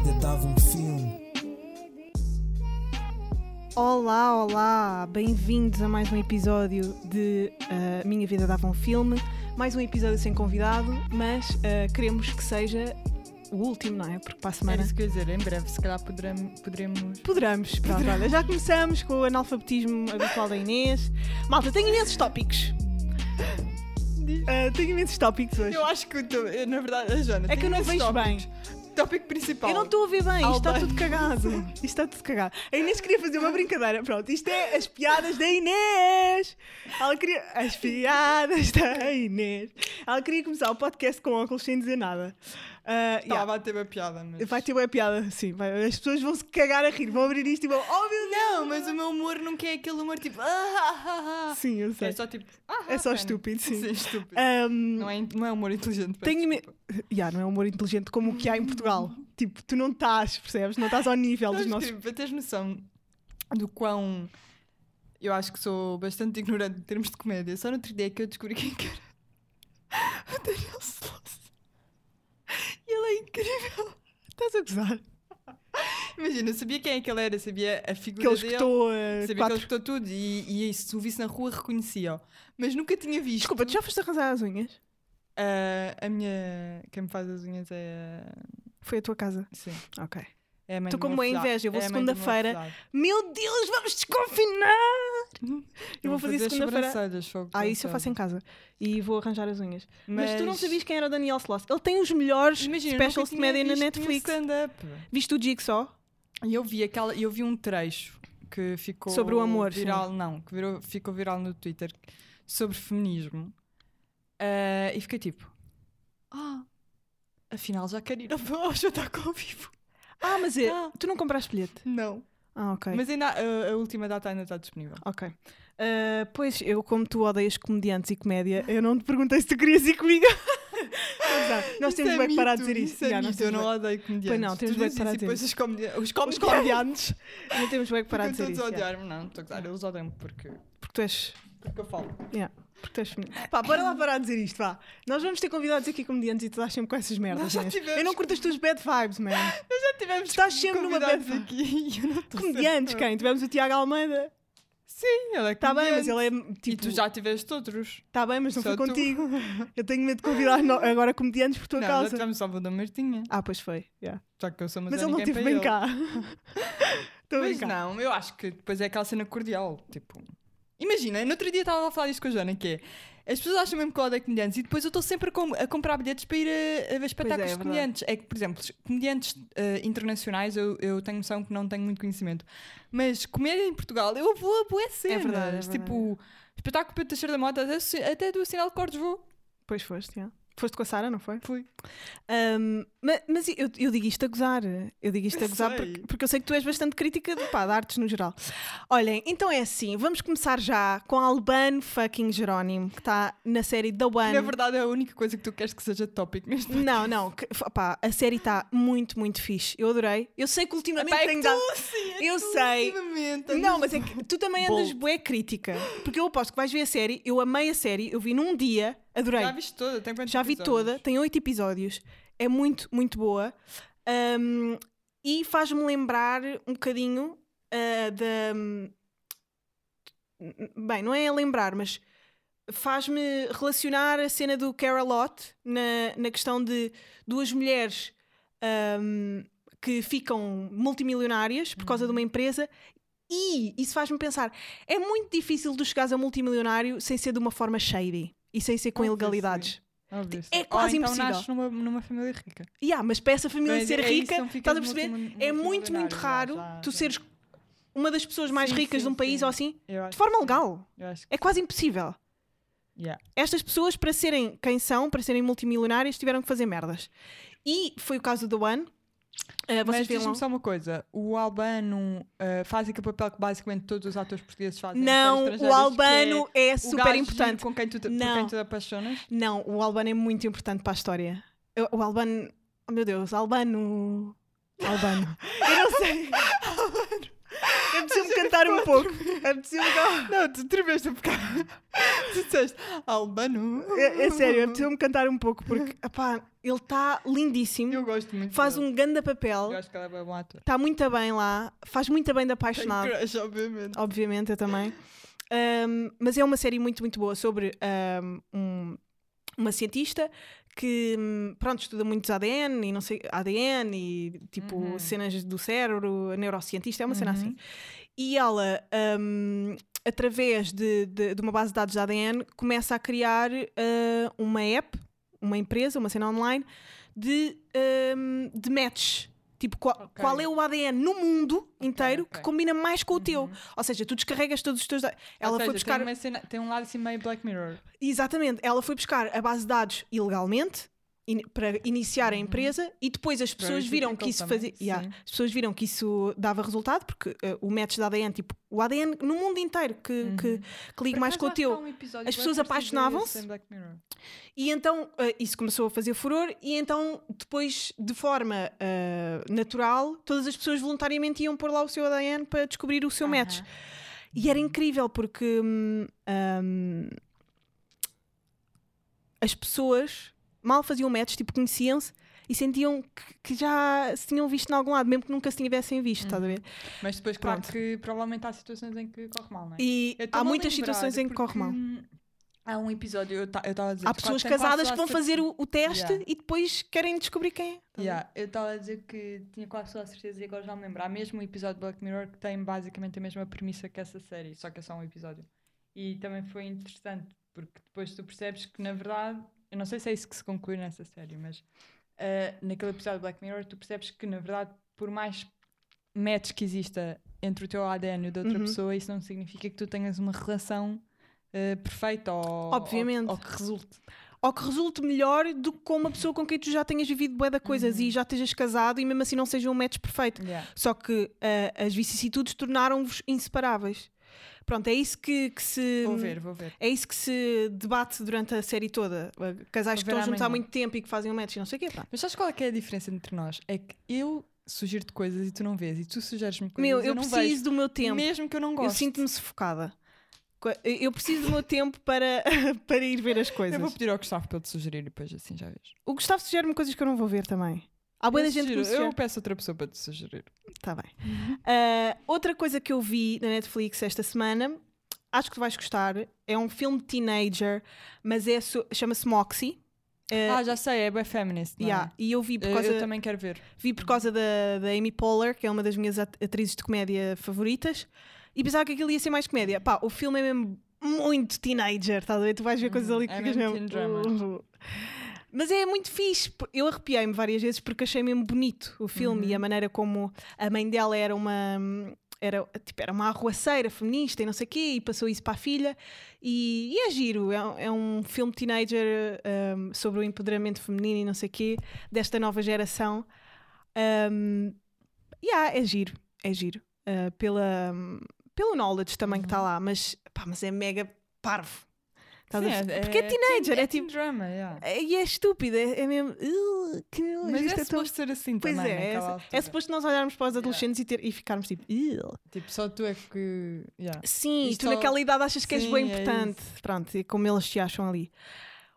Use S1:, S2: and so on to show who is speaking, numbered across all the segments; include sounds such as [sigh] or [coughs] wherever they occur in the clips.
S1: comentava um filme.
S2: Olá, olá! Bem-vindos a mais um episódio de ah, Minha Vida Dava um Filme. Mais um episódio sem convidado, mas ah, queremos que seja o último, não é? Porque para a
S3: Era
S2: semana.
S3: isso que eu ia dizer, em breve, se calhar poderemos. poderemos...
S2: Poderamos, pronto, olha, já começamos com o analfabetismo habitual da Inês. Malta, tenho imensos tópicos. Ah, tenho imensos tópicos hoje.
S3: Eu acho que, eu tô- eu, na verdade, a Joana.
S2: É que eu não
S3: tem
S2: vejo
S3: imensos
S2: bem.
S3: tópicos. Tópico principal.
S2: Eu não estou a ouvir bem, isto está
S3: Alba.
S2: tudo cagado. Isto está tudo cagado. A Inês queria fazer uma brincadeira. Pronto, isto é as piadas da Inês. Ela queria. As piadas da Inês. Ela queria começar o podcast com óculos sem dizer nada. Ah,
S3: Tá,
S2: yeah.
S3: vai ter uma piada, mas.
S2: Vai ter uma piada, sim. vai- As pessoas vão se cagar a rir, vão abrir isto e vão. Oh meu Deus!
S3: Não, mas o meu humor nunca é aquele humor tipo. "Ah, ah, ah, ah."
S2: Sim, eu sei.
S3: É só tipo. "Ah,
S2: É
S3: ah,
S2: só
S3: pena."
S2: estúpido, sim.
S3: estúpido.
S2: Ahm,
S3: Não, é, in- não é humor inteligente. peço
S2: Tenho ime-
S3: desculpa.
S2: Ya, não é um humor inteligente como o que há em
S3: [laughs]
S2: Portugal. Tipo, tu não estás, percebes? Não estás ao nível dos
S3: Sabes
S2: nossos.
S3: que, tipo, para teres noção do quão. Eu acho que sou bastante ignorante em termos de comédia. Só no outro dia é que eu descobri quem que era [laughs] o Daniel Sloss. E ele é incrível.
S2: [laughs] Estás a gozar.
S3: Imagina, eu sabia quem é que ele era, sabia a figura
S2: Aqueles que
S3: dele.
S2: estou. eh,
S3: sabia que ele escutou tudo e, e se o visse na rua reconhecia-o. Mas nunca tinha visto.
S2: Desculpa, tu já foste arrasar as unhas?
S3: Ah, a minha. Quem me faz as unhas é. a-
S2: Foi a tua casa.
S3: Sim.
S2: Ok.
S3: É a mãe
S2: Tô
S3: do
S2: com
S3: meu
S2: uma
S3: afilhado. É
S2: inveja, eu vou
S3: a mãe do meu
S2: segunda-feira.
S3: afilhado.
S2: Meu Deus, vamos desconfinar! Eu vou fazer
S3: as
S2: segunda-feira.
S3: sobrancelhas, fogo,
S2: Ah, isso eu
S3: sobrancelhas.
S2: faço em casa. E vou arranjar as unhas. Mas, tu não sabias quem era o Daniel Sloss. Ele tem os melhores
S3: Imagina, eu nunca
S2: specials de
S3: tinha
S2: comédia na
S3: visto nenhum
S2: Netflix.
S3: stand-up.
S2: Viste o Jigsaw?
S3: E eu vi aquela, eu vi um trecho que ficou
S2: Sobre o amor, sim.
S3: viral, não, que virou- ficou viral no Twitter sobre feminismo. Ah, e fiquei tipo, ah, afinal já quero ir ao [laughs] ao espetáculo ao vivo.
S2: Ah, mas é-
S3: Ah.
S2: tu não compraste bilhete.
S3: Não.
S2: Ah, ok.
S3: Mas ainda a, a última data ainda está disponível.
S2: Ok. Ah, pois, eu, como tu odeias comediantes e comédia, eu não te perguntei se tu querias ir comigo. [laughs] Mas, ah, nós
S3: Isso
S2: temos
S3: é
S2: bem que parar de
S3: mito,
S2: dizer isso.
S3: é
S2: Já, nós
S3: mito, eu
S2: temos
S3: não
S2: bué-
S3: odeio comediantes.
S2: Pois não, temos
S3: Tu
S2: bué que
S3: dizes
S2: parar
S3: isso
S2: de
S3: e depois
S2: dizer
S3: os, comedi- os
S2: Os
S3: comediantes
S2: comediantes. não temos bem que parar de
S3: ficam
S2: dizer
S3: todos
S2: isso.
S3: a
S2: já.
S3: odiar-me. Não, estou a gozar, eles odeiam-me porque,
S2: Porque tu és
S3: porque eu falo.
S2: Yeah, porque tu és feminina. Pá, bora lá parar de dizer isto, vá. Nós vamos ter convidados aqui comediantes e tu estás sempre com essas merdas.
S3: Nós já
S2: Inês.
S3: tivemos
S2: Eu não curto as tuas bad
S3: [laughs]
S2: vibes, man.
S3: Tivemos
S2: Estás sempre numa
S3: convidados
S2: bad
S3: aqui [laughs] e eu não estou
S2: Comediantes,
S3: sempre-
S2: quem? Tivemos o Tiago Almeida.
S3: Sim, ele é
S2: Está bem, mas
S3: comediante.
S2: ele é
S3: E
S2: tipo.
S3: tu já tiveste outros.
S2: Está bem, mas não
S3: Só
S2: foi
S3: tu. [laughs]
S2: contigo. Eu tenho medo de convidar no- agora comediantes por tua
S3: não, já
S2: causa.
S3: tivemos só o da Martinha.
S2: Ah, pois foi. yeah.
S3: Já que eu sou uma
S2: Mas
S3: Zé
S2: ele não
S3: ninguém
S2: teve
S3: para
S2: bem
S3: ele. [laughs]
S2: cá. Estou a
S3: Mas
S2: brincar.
S3: não, eu acho que depois é aquela cena cordial. Tipo, imagina, no outro dia estava a falar isto com a Joana, que é as pessoas acham mesmo que eu odeio comediantes e depois eu estou sempre a, com- a comprar bilhetes para ir a, a ver espetáculos
S2: é
S3: de comediantes. É que, por exemplo, os comediantes eh, internacionais eu, eu tenho noção que não tenho muito conhecimento, mas comédia em Portugal eu vou a boas cenas. Tipo,
S2: verdade, é verdade. Pois foste, yeah. Foste com a Sara, não foi?
S3: Fui.
S2: Ahm, ma- mas eu, eu digo isto a gozar. Eu digo isto a
S3: Eu
S2: gozar
S3: sei.
S2: porque, porque eu sei que tu és bastante crítica de, pá, de artes no geral. Olhem, então é assim. Vamos começar já com Albano fucking Jerónimo, que está na série The One.
S3: Na verdade é a única coisa que tu queres que seja tópico neste
S2: Não, não, que, f- pá, a série está muito, muito fixe. Eu adorei. Eu sei que ultimamente
S3: Epá, é
S2: tenho
S3: que tu,
S2: dado.
S3: sim, é
S2: Eu
S3: tu,
S2: sei.
S3: ultimamente,
S2: Não, mas é que tu também
S3: Bold.
S2: andas bué crítica. Porque eu aposto que vais ver a série. Eu amei a série, eu vi num dia, adorei.
S3: Já viste toda? Tem quantos
S2: Já vi
S3: episódios?
S2: toda, tem oito episódios, é muito, muito boa Um, e faz-me lembrar um bocadinho uh, da. Bem, não é lembrar, mas faz-me relacionar a cena do Carolot na, na questão de duas mulheres um, que ficam multimilionárias por causa de uma empresa. E isso faz-me pensar, é muito difícil tu chegares a multimilionário sem ser de uma forma shady e sem ser com
S3: Obviously.
S2: ilegalidades.
S3: Obviously.
S2: É
S3: Ou
S2: quase
S3: então
S2: impossível.
S3: nasces numa, numa família rica.
S2: Yeah, mas para essa família
S3: Mas
S2: ser
S3: é isso,
S2: rica,
S3: não ficas
S2: estás a perceber?
S3: multi-
S2: é muito, muito
S3: multimilionário, já,
S2: raro
S3: já,
S2: tu
S3: já.
S2: seres uma das pessoas mais
S3: Sim,
S2: ricas
S3: sim,
S2: de um país
S3: sim.
S2: ou assim,
S3: Eu acho
S2: de forma
S3: que sim.
S2: legal.
S3: Eu acho que
S2: É quase impossível.
S3: yeah.
S2: Estas pessoas, para serem quem são, para serem multimilionárias, tiveram que fazer merdas. E foi o caso do One. Ah,
S3: Mas
S2: vocês viram?
S3: diz-me só uma coisa: o Albano ah, faz aquele papel que basicamente todos os atores portugueses fazem.
S2: Não,
S3: para
S2: o
S3: estrangeiros,
S2: Albano
S3: que
S2: é,
S3: é o
S2: super
S3: gajo
S2: importante.
S3: Com quem tu te,
S2: Não.
S3: por quem tu te apaixonas.
S2: Não, o Albano é muito importante para a história. Eu- O Albano. Oh
S3: [laughs]
S2: meu Deus, Albano. Albano. Eu não sei. Eu preciso um cantar um pouco. Apeteceu-me ca-
S3: [laughs] Não, tu tremeste um bocado. [laughs] Tu disseste Albano.
S2: é, é sério, apeteceu-me cantar um pouco porque epá, ele está lindíssimo.
S3: Eu gosto muito.
S2: faz
S3: dele.
S2: um ganda papel.
S3: Eu acho que ela é bom ator.
S2: Está muito bem lá. Faz muito bem de
S3: Tem
S2: apaixonado.
S3: crush, obviamente.
S2: obviamente, eu também. Um, mas é uma série muito, muito boa sobre um, um- uma cientista que, hum, pronto, estuda muitos ADN e não sei, ADN e tipo
S3: Uhum.
S2: cenas do cérebro, a neurocientista, é uma cena
S3: Uhum.
S2: assim. E ela, um, através de, de, de uma base de dados de ADN, começa a criar uh, uma app, uma empresa, uma cena online de, um, de match. Tipo, qual,
S3: Ok.
S2: qual é o ADN no mundo
S3: ok.
S2: inteiro
S3: Uhum.
S2: que combina mais com o teu? Ou seja, tu descarregas todos os teus dados. Ela
S3: Ou seja,
S2: foi buscar.
S3: Tem, uma cena- tem um lado assim meio Black Mirror.
S2: Exatamente, ela foi buscar a base de dados ilegalmente in- para iniciar a
S3: Uhum.
S2: empresa e depois as pessoas
S3: Very
S2: viram que
S3: difficult
S2: isso
S3: também,
S2: fazia. Yeah,
S3: sim.
S2: as pessoas viram que isso dava resultado porque eh, o match de ADN, tipo, o ADN no mundo inteiro que, que,
S3: Uhum.
S2: que ligue mais com o teu.
S3: um
S2: As pessoas apaixonavam-se. E então eh, isso começou a fazer furor, e então, depois, de forma eh, natural, todas as pessoas voluntariamente iam pôr lá o seu ADN para descobrir o seu match. E era incrível porque hum, hum, as pessoas mal faziam match, tipo, conheciam-se e sentiam que, que já se tinham visto em algum lado, mesmo que nunca se tivessem visto, estás a
S3: Uhum.
S2: ver?
S3: Mas depois, claro
S2: Pronto.
S3: que provavelmente há situações em que corre mal, não é?
S2: E
S3: Eu estou-me
S2: há
S3: a
S2: muitas
S3: lembrar,
S2: situações em que corre
S3: porque,
S2: mal.
S3: hum, Há um episódio, eu estava a dizer.
S2: Há
S3: quase-
S2: pessoas
S3: tem quase
S2: casadas que vão
S3: toda a
S2: fazer o, o teste
S3: Yeah.
S2: e depois querem descobrir quem é. estás a ver?
S3: Yeah, eu estava a dizer que tinha quase toda a certeza e agora já me lembro. Há mesmo um episódio de Black Mirror que tem basicamente a mesma premissa que essa série, só que é só um episódio. E também foi interessante, porque depois tu percebes que na verdade, eu não sei se é isso que se conclui nessa série, mas ah, naquele episódio de Black Mirror tu percebes que na verdade, por mais match que exista entre o teu ADN e o da outra
S2: Uhum.
S3: pessoa, isso não significa que tu tenhas uma relação ah, perfeita ou,
S2: Obviamente.
S3: ou, ou que resulte.
S2: Ou que resulte melhor do que com uma pessoa com quem tu já tenhas vivido bué de coisas
S3: Uhum.
S2: e já estejas casado e mesmo assim não seja um match perfeito.
S3: Yeah.
S2: Só que ah, as vicissitudes tornaram-vos inseparáveis. Pronto, é isso que, que se.
S3: Vou ver, vou ver.
S2: É isso que se debate durante a série toda. Eh, Casais
S3: Vou
S2: que
S3: ver
S2: estão juntos há
S3: amanhã.
S2: muito tempo e que fazem um match e não sei o quê. pronto.
S3: Mas sabes qual é que é a diferença entre nós? É que eu sugiro-te coisas e tu não vês, e tu sugeres-me coisas
S2: Meu,
S3: e
S2: eu,
S3: eu, não
S2: preciso
S3: vejo.
S2: do meu tempo.
S3: Mesmo que eu não
S2: eu
S3: goste.
S2: sinto-me sufocada. Co- eh, Eu preciso do meu tempo para, [laughs] para ir ver as coisas.
S3: Eu vou pedir ao Gustavo para ele te sugerir e depois assim já vês.
S2: O Gustavo sugere-me coisas que eu não vou ver também. Há boa
S3: eu,
S2: gente que
S3: sugiro-
S2: me sugere.
S3: eu peço outra pessoa para te sugerir.
S2: Tá bem. Ah, outra coisa que eu vi na Netflix esta semana, acho que tu vais gostar, é um filme de teenager, mas é so- chama-se Moxie. Ah,
S3: ah, já sei, é bem feminist. não é?
S2: yeah, E eu vi por
S3: Eh,
S2: causa,
S3: Eu também quero ver.
S2: vi por causa da, da Amy Poehler, que é uma das minhas at- atrizes de comédia favoritas, e pensava que aquilo ia ser mais comédia. Pá, o filme é mesmo muito teenager, estás a ver? Tu vais ver coisas
S3: Uhum,
S2: ali que
S3: é
S2: ficas
S3: mesmo
S2: mesmo. uh,
S3: teen drama.
S2: Mas é muito fixe. p- Eu arrepiei-me várias vezes porque achei mesmo bonito o filme
S3: Uhum.
S2: e a maneira como a mãe dela era uma. Era, tipo, era uma arruaceira feminista e não sei o quê, e passou isso para a filha. E, e é giro, é, um- é um filme teenager um, sobre o empoderamento feminino e não sei o quê, desta nova geração. Um, yeah, é giro, é giro. Uh, pela, pelo knowledge também que está
S3: Uhum.
S2: lá, mas, pá, mas é mega parvo. Estás a
S3: Sim,
S2: ver? Porque é
S3: teen-
S2: teenager, é
S3: teen
S2: tipo.
S3: drama, yeah.
S2: É- E é estúpido, é, é mesmo. "Ugh, que nojo,
S3: Mas
S2: isto
S3: é
S2: tão-"
S3: suposto ser assim
S2: Pois
S3: também.
S2: é, é,
S3: naquela
S2: é
S3: altura.
S2: suposto nós olharmos para os
S3: Yeah.
S2: adolescentes e, ter, e ficarmos tipo. "Ugh."
S3: Tipo, só tu é que. Yeah.
S2: Sim, e
S3: Isto
S2: tu
S3: só-
S2: naquela idade achas que és
S3: Sim,
S2: bem
S3: é
S2: importante. Pronto, e como eles te acham ali.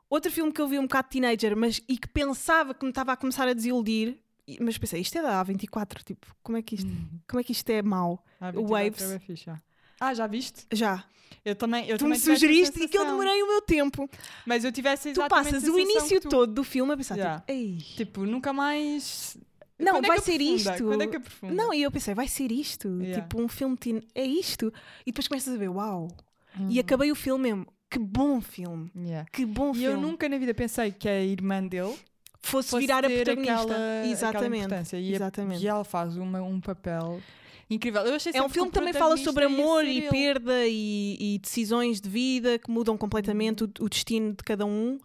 S2: Outro filme que eu vi um bocado teenager, mas e que pensava que me estava a começar a desiludir, e- mas pensei, isto é da A24, tipo, como é que isto,
S3: Uhum.
S2: como é, que isto é mau?
S3: Ah,
S2: O
S3: 24
S2: Waves.
S3: é bué fixe, já. Ah, já viste?
S2: Já.
S3: Eu também. Eu
S2: tu me
S3: também tive essa
S2: sugeriste e que eu
S3: sensação.
S2: demorei o meu tempo.
S3: Mas eu tivesse
S2: Tu
S3: exatamente
S2: passas
S3: a
S2: o
S3: sensação que
S2: início
S3: tu-
S2: todo do filme a pensar,
S3: Yeah.
S2: tipo, ei.
S3: Tipo, nunca mais.
S2: Não,
S3: Quando é
S2: vai
S3: que
S2: ser
S3: aprofunda?
S2: isto.
S3: Quando é que aprofunda?
S2: Não, e eu pensei, vai ser isto?
S3: Yeah.
S2: Tipo, um filme teen... é isto? E depois começas a ver, uau.
S3: Uhum.
S2: E acabei o filme mesmo. Que bom filme.
S3: Yeah.
S2: Que bom
S3: E
S2: filme.
S3: eu nunca na vida pensei que a irmã dele
S2: fosse,
S3: fosse
S2: virar a
S3: ter
S2: protagonista.
S3: aquela- aquela
S2: Exatamente.
S3: importância. E, a-
S2: Exatamente.
S3: e ela faz uma- um papel incrível. Eu achei
S2: é um
S3: sempre
S2: filme
S3: o
S2: que também fala
S3: protagonista é
S2: sobre
S3: ia
S2: amor
S3: ser
S2: e
S3: ele.
S2: perda e, e decisões de vida que mudam completamente
S3: Uhum.
S2: o, o destino de cada um.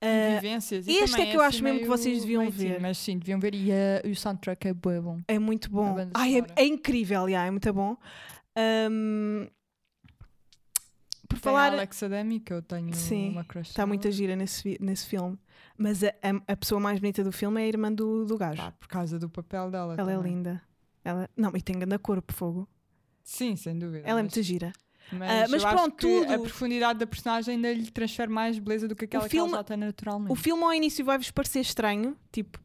S3: E
S2: Ah,
S3: vivências. E
S2: este
S3: também
S2: é que eu
S3: assim
S2: acho mesmo que
S3: meio-
S2: vocês deviam
S3: meio teen,
S2: ver.
S3: Mas sim, deviam ver. E, ah, e o soundtrack é bué bom.
S2: é muito bom.
S3: banda
S2: Ai, é,
S3: sonora.
S2: é incrível, yeah, é muito bom. Ahm,
S3: Tem
S2: por
S3: a
S2: falar.
S3: Alex Adami, que eu tenho
S2: Sim,
S3: uma crush.
S2: Está muito gira nesse, fi- nesse filme. Mas a, a- a pessoa mais bonita do filme é a irmã do, do gajo.
S3: Pá, por causa do papel dela.
S2: Ela é
S3: Tá, também.
S2: linda. Ela, não, e tem grande cor por fogo.
S3: Sim, sem dúvida.
S2: Ela é
S3: mas-
S2: muito gira.
S3: Mas,
S2: Ah, mas
S3: eu acho
S2: pronto,
S3: que a
S2: tudo-
S3: profundidade da personagem ainda lhe transfere mais beleza do que aquela
S2: filme-
S3: que ela já tem naturalmente.
S2: O filme ao início vai-vos parecer estranho, tipo,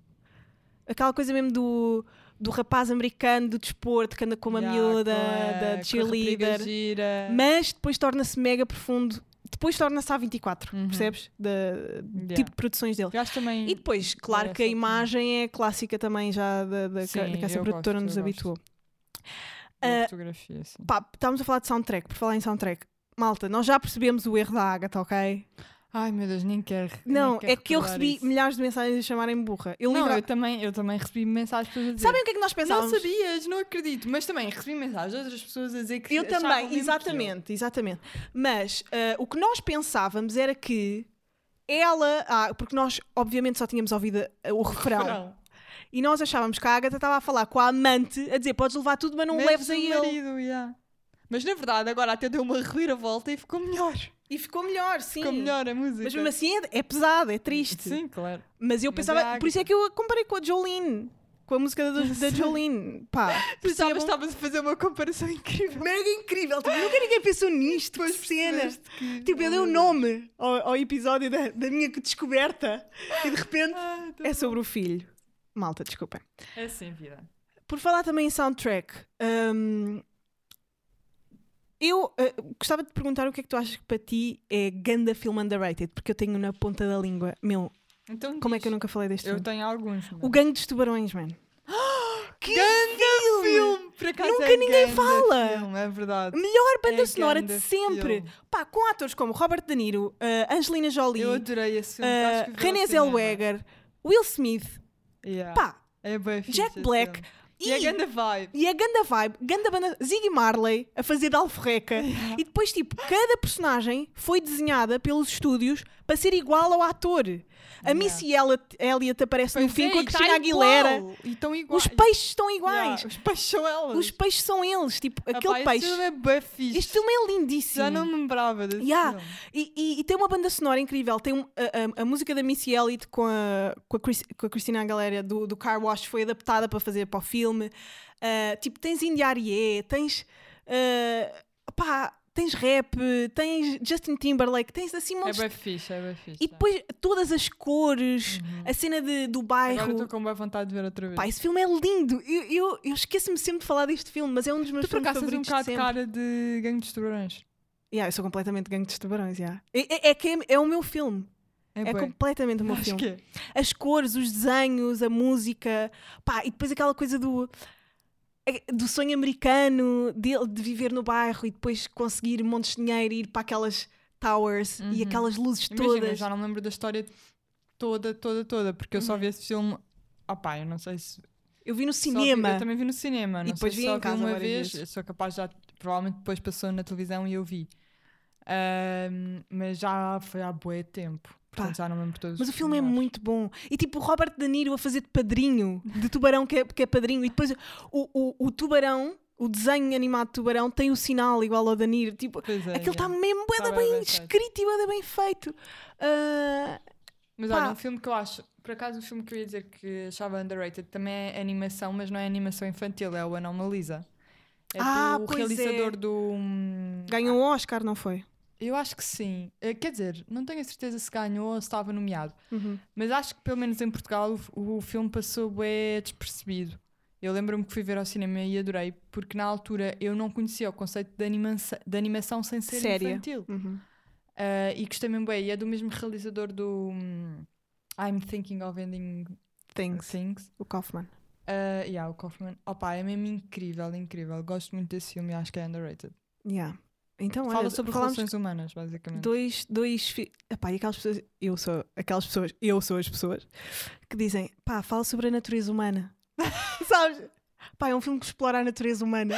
S2: aquela coisa mesmo do, do rapaz americano do desporto que anda com uma
S3: Ya,
S2: miúda,
S3: com a- com
S2: da
S3: a rapariga
S2: cheerleader,
S3: gira.
S2: mas depois torna-se mega profundo. Depois torna-se A24,
S3: Uhum.
S2: percebes? Da,
S3: Ya.
S2: Tipo de produções dele.
S3: Eu acho também.
S2: E depois, claro
S3: essa
S2: que a
S3: também.
S2: imagem é clássica também já da, da,
S3: Sim,
S2: ca- que essa
S3: eu
S2: produtora
S3: gosto,
S2: nos
S3: eu gosto.
S2: habituou.
S3: uma
S2: ah,
S3: fotografia, assim.
S2: Pá, estávamos a falar de soundtrack, por falar em soundtrack. Malta, nós já percebemos o erro da Agatha, ok?
S3: Ai meu Deus, nem quero. nem
S2: Não,
S3: quero
S2: é que eu
S3: recordar
S2: recebi
S3: isso.
S2: milhares de mensagens a chamarem-me burra. Eu
S3: Não,
S2: livra-
S3: eu também, eu também recebi mensagens de pessoas a dizer.
S2: Sabem o que é que nós
S3: não
S2: pensávamos?
S3: sabias, não acredito. Mas também recebi mensagens de outras pessoas a dizer que
S2: Eu
S3: achavam mesmo
S2: também,
S3: que eu.
S2: exatamente, exatamente. Mas ah, o que nós pensávamos era que ela, ah, porque nós obviamente só tínhamos ouvido ah, o refrão,
S3: Não.
S2: e nós achávamos que a Agatha estava a falar com a amante a dizer podes levar tudo, mas não
S3: Menos
S2: leves a
S3: o
S2: ele.
S3: marido, yeah. Mas na verdade agora até deu uma reviravolta e ficou melhor.
S2: E ficou melhor, sim.
S3: Ficou melhor a música.
S2: Mas mesmo assim é, é pesado, é triste.
S3: Sim, claro.
S2: Mas eu
S3: Mas
S2: pensava,
S3: é a
S2: por isso é que eu a comparei com a Jolene, com a música da,
S3: [laughs]
S2: da Jolene. Pá,
S3: Pensava
S2: percebam?
S3: estavas a fazer uma comparação incrível.
S2: Mega incrível, tipo, nunca ninguém pensou nisto,
S3: Depois
S2: que cena.
S3: percebeste que-
S2: Tipo, eu dei o nome ao, ao episódio da, da minha descoberta e de repente
S3: Ah, tá
S2: é sobre o filho. Malta, desculpem.
S3: bom. É sem vida.
S2: Por falar também em soundtrack, hum, eu eh, gostava de te perguntar o que é que tu achas que para ti é ganda filme underrated, porque eu tenho na ponta da língua, meu,
S3: Então
S2: como é
S3: diz.
S2: que eu nunca falei deste
S3: Eu
S2: filme?
S3: tenho alguns. é? mas-
S2: O Gangue dos Tubarões, man. [gasps] que
S3: Ganda filme! Por acaso
S2: Nunca
S3: é
S2: ninguém
S3: ganda
S2: fala.
S3: Filme, é verdade.
S2: Melhor banda
S3: É
S2: sonora de
S3: ganda
S2: sempre.
S3: filme.
S2: Pá, com atores como Robert De Niro, eh, Angelina Jolie,
S3: Eu adorei esse filme.
S2: eh,
S3: acho Então, que vi ao
S2: René
S3: cinema.
S2: Zellweger, Will Smith,
S3: Yeah.
S2: pá,
S3: É bem fixe
S2: Jack
S3: esse
S2: Black.
S3: filme. E a ganda vibe.
S2: E a ganda vibe, ganda banda, Ziggy Marley a fazer de alforreca.
S3: [laughs]
S2: E depois, tipo, cada personagem foi desenhada pelos estúdios para ser igual ao ator. A
S3: Yeah.
S2: Missy Elliott- Elliott aparece no
S3: Pois
S2: fim
S3: é,
S2: com a
S3: e tá
S2: Cristina Aguilera.
S3: igual, E estão iguais.
S2: Os peixes estão
S3: Yeah,
S2: iguais.
S3: Os peixes são elas.
S2: Os peixes são eles. Tipo,
S3: Epá,
S2: aquele
S3: esse
S2: peixe.
S3: filme é bem fixe.
S2: Este filme é lindíssimo.
S3: Já não me lembrava desse
S2: Yeah.
S3: filme.
S2: E, e- e tem uma banda sonora incrível. Tem um- a, a- a música da Missy Elliott com a, com a, Chris- com a Christina Aguilera do, do Car Wash foi adaptada para fazer para o filme. Ah, tipo, tens Indy Arié, tens. ah, pá, tens rap, tens Justin Timberlake, tens assim um
S3: É
S2: monte de-
S3: bem fixe, é bem fixe.
S2: E depois todas as cores, a cena de- do
S3: Agora estou
S2: bairro.
S3: com boa vontade de ver outra vez.
S2: Pá, esse filme é lindo. Eu, eu, eu esqueço-me sempre de falar deste filme, mas é um dos meus
S3: tu por
S2: filmes
S3: acaso tens um
S2: favoritos. de
S3: bocado de
S2: sempre.
S3: cara de gangue dos tubarões.
S2: Yeah, eu sou completamente gangue dos tubarões. yeah. É, é- é que é- é o meu filme.
S3: É,
S2: É
S3: bué.
S2: completamente o meu
S3: Acho
S2: filme.
S3: que é.
S2: As cores, os desenhos, a música, pá, e depois aquela coisa do é, do sonho americano, dele de viver no bairro e depois conseguir montes de dinheiro e ir para aquelas towers e
S3: Uhum.
S2: aquelas luzes
S3: Imagina, eu
S2: todas.
S3: já não me lembro da história toda, toda, toda, porque eu só
S2: Uhum.
S3: vi esse filme. Ah pá, eu não sei se.
S2: Eu vi no
S3: só vi-
S2: cinema.
S3: eu também vi no cinema, não
S2: depois
S3: sei
S2: vi
S3: se só
S2: em casa
S3: uma
S2: várias
S3: vez.
S2: vezes.
S3: Eu sou capaz já. Provavelmente depois passou na televisão e eu vi. Ahm, mas já foi há bué tempo. Portanto, já não me lembro todos.
S2: Mas o
S3: os
S2: filme é
S3: pormenores.
S2: muito bom. E tipo, o Robert De Niro a fazer de padrinho, de tubarão que é, que é padrinho. E depois o, o, o tubarão, o desenho animado de tubarão, tem o sinal igual ao De Niro. Tipo,
S3: Pois é,
S2: aquilo está
S3: yeah.
S2: mesmo bué
S3: Tá
S2: da
S3: bué
S2: bem,
S3: bem feito.
S2: escrito e bué da bem feito. Ah,
S3: Mas
S2: Pá.
S3: olha, um filme que eu acho, por acaso, um filme que eu ia dizer que achava underrated também é animação, mas não é animação infantil, é o Anomalisa. É
S2: Ah,
S3: do
S2: pois
S3: realizador
S2: é.
S3: do. hum,
S2: ganhou um Oscar, não foi?
S3: Eu acho que sim. Eh, Quer dizer, não tenho a certeza se ganhou ou se estava nomeado,
S2: Uhum.
S3: mas acho que pelo menos em Portugal o f- o, filme passou bem despercebido. Eu lembro-me que fui ver ao cinema e adorei, porque na altura eu não conhecia o conceito de, animação- de animação sem ser
S2: Séria.
S3: infantil.
S2: Uhum.
S3: Ah, e gostei mesmo bem. E é do mesmo realizador do hum, I'm Thinking of Ending
S2: Things,
S3: Things.
S2: o Kaufman.
S3: Ah, yeah, o Kaufman. Opa, é mesmo incrível, incrível. Gosto muito desse filme e acho que é underrated.
S2: Yeah. Então, olha,
S3: Fala sobre
S2: falámos
S3: relações humanas, basicamente.
S2: dois, dois fi- Epá, e aquelas pessoas, eu sou aquelas pessoas, eu sou as pessoas que dizem, pá, fala sobre a natureza humana. [laughs] Sabes? Pá, é um filme que explora a natureza humana.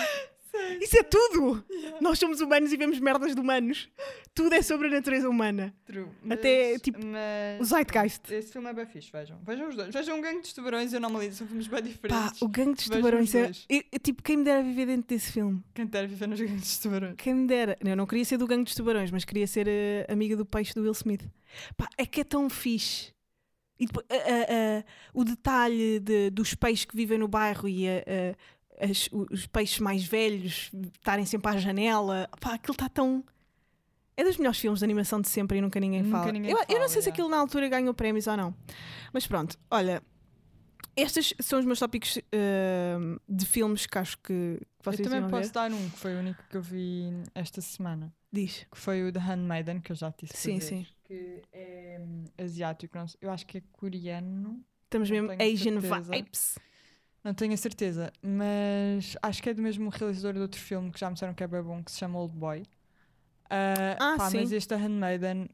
S2: Isso é tudo! Nós somos humanos e vemos merdas de humanos. Tudo é sobre a natureza humana.
S3: True.
S2: Até,
S3: Mas-
S2: tipo,
S3: mas-
S2: O Zeitgeist.
S3: Esse filme é bem fixe, vejam. Vejam os dois. Vejam o Gangue dos Tubarões e o Normalize. São filmes bem
S2: Pá,
S3: diferentes.
S2: o Gangue dos
S3: É Vejam
S2: Tubarões
S3: os
S2: é.
S3: dois.
S2: eu- eu, tipo, quem me dera viver dentro desse filme?
S3: Quem quer viver nos Gangues dos Tubarões.
S2: Quem me dera. Eu não queria ser do Gangue dos Tubarões, mas queria ser eh, amiga do peixe do Will Smith. Pá, é que é tão fixe. eh, E depois, a- a- a- o detalhe de- dos peixes que vivem no bairro e a- a- as- o- os peixes mais velhos estarem sempre à janela. Pá, aquilo está tão. É dos melhores filmes de animação de sempre e nunca ninguém
S3: Nunca
S2: fala.
S3: ninguém
S2: eu, eu não
S3: fala,
S2: sei se
S3: já.
S2: aquilo na altura ganhou prémios ou não. Mas pronto, olha. Estes são os meus tópicos ahm, de filmes que acho que vocês
S3: eu também
S2: deviam
S3: posso
S2: ver.
S3: dar um, que foi o único que eu vi esta semana.
S2: Diz.
S3: Que foi o The Handmaiden, que eu já te disse.
S2: Sim,
S3: para ver,
S2: sim.
S3: Que é hum, asiático, não sei- eu acho que é coreano.
S2: Estamos
S3: Não
S2: mesmo
S3: tenho
S2: Asian
S3: certeza.
S2: Vibes.
S3: Não tenho a certeza, mas acho que é do mesmo realizador de outro filme que já me disseram que é bem bom, que se chama Old Boy. Ah,
S2: Ah,
S3: pá,
S2: sim.
S3: Mas este Handmaiden,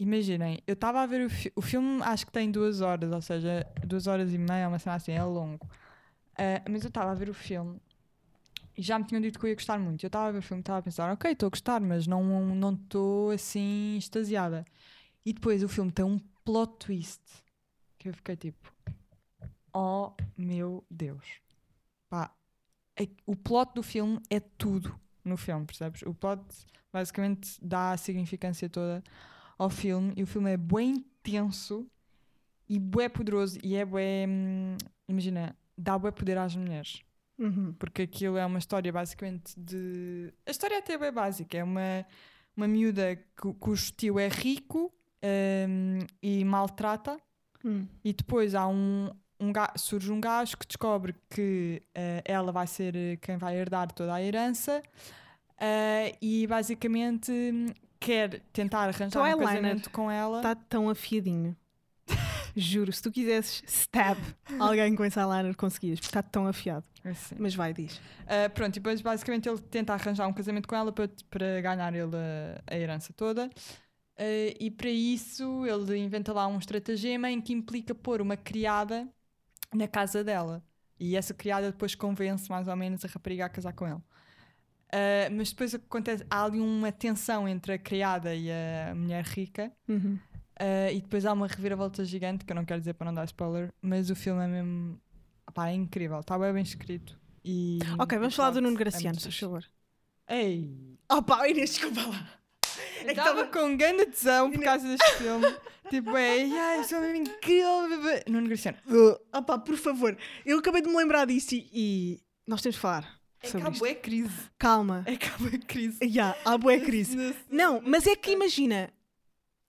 S3: imaginem, eu estava a ver o, fi- o filme, acho que tem duas horas, ou seja, duas horas e meia, uma cena assim, é longo. Ah, mas eu estava a ver o filme e já me tinham dito que eu ia gostar muito. Eu estava a ver o filme e estava a pensar, ok, estou a gostar, mas não não estou assim extasiada. E depois o filme tem um plot twist que eu fiquei tipo, oh meu Deus. Pá, é que o plot do filme é tudo no filme, percebes? O plot basicamente dá a significância toda ao filme e o filme é bem intenso e bué poderoso e é bué, hum, imagina, dá bué poder às mulheres
S2: Uhum.
S3: porque aquilo é uma história basicamente de. A história até é bem básica, é uma, uma miúda cu- cujo tio é rico hum, e maltrata,
S2: Hum.
S3: e depois há um, um ga- surge um gajo que descobre que eh, ela vai ser eh, quem vai herdar toda a herança eh, e basicamente hum, quer tentar arranjar
S2: Teu
S3: um
S2: eyeliner
S3: casamento com ela.
S2: Está Tá tão afiadinho. Juro, se tu quisesses stab alguém com esse eyeliner, conseguias, porque está tão afiado.
S3: Assim.
S2: Mas vai, diz.
S3: Uh, pronto, e depois basicamente ele tenta arranjar um casamento com ela para, para ganhar ele a, a herança toda. Uh, e para isso ele inventa lá um estratagema em que implica pôr uma criada na casa dela. E essa criada depois convence mais ou menos a rapariga a casar com ele. Uh, mas depois o que acontece, há ali uma tensão entre a criada e a mulher rica.
S2: Uhum.
S3: Uh, e depois há uma reviravolta gigante, que eu não quero dizer para não dar spoiler, mas o filme é mesmo. Pá, é incrível, está bem, bem escrito. E
S2: Ok, vamos
S3: o
S2: falar do
S3: plot
S2: Nuno
S3: é
S2: Graciano,
S3: muito
S2: se faz
S3: fixe.
S2: favor.
S3: Ei!
S2: Oh pá, [laughs] Inês, desculpa lá. É que
S3: Estava
S2: tava-
S3: com grande tesão por causa deste
S2: [laughs]
S3: filme. tipo, é, ai, este filme é incrível. bebê." Nuno Graciano. Uh.
S2: Oh pá, por favor. Eu acabei de me lembrar disso e, e nós temos de falar
S3: É
S2: sobre isto.
S3: a crise.
S2: Calma.
S3: Acabou a É crise.
S2: Ya, há bué É crise.
S3: Nesse-
S2: Não, mas é que imagina.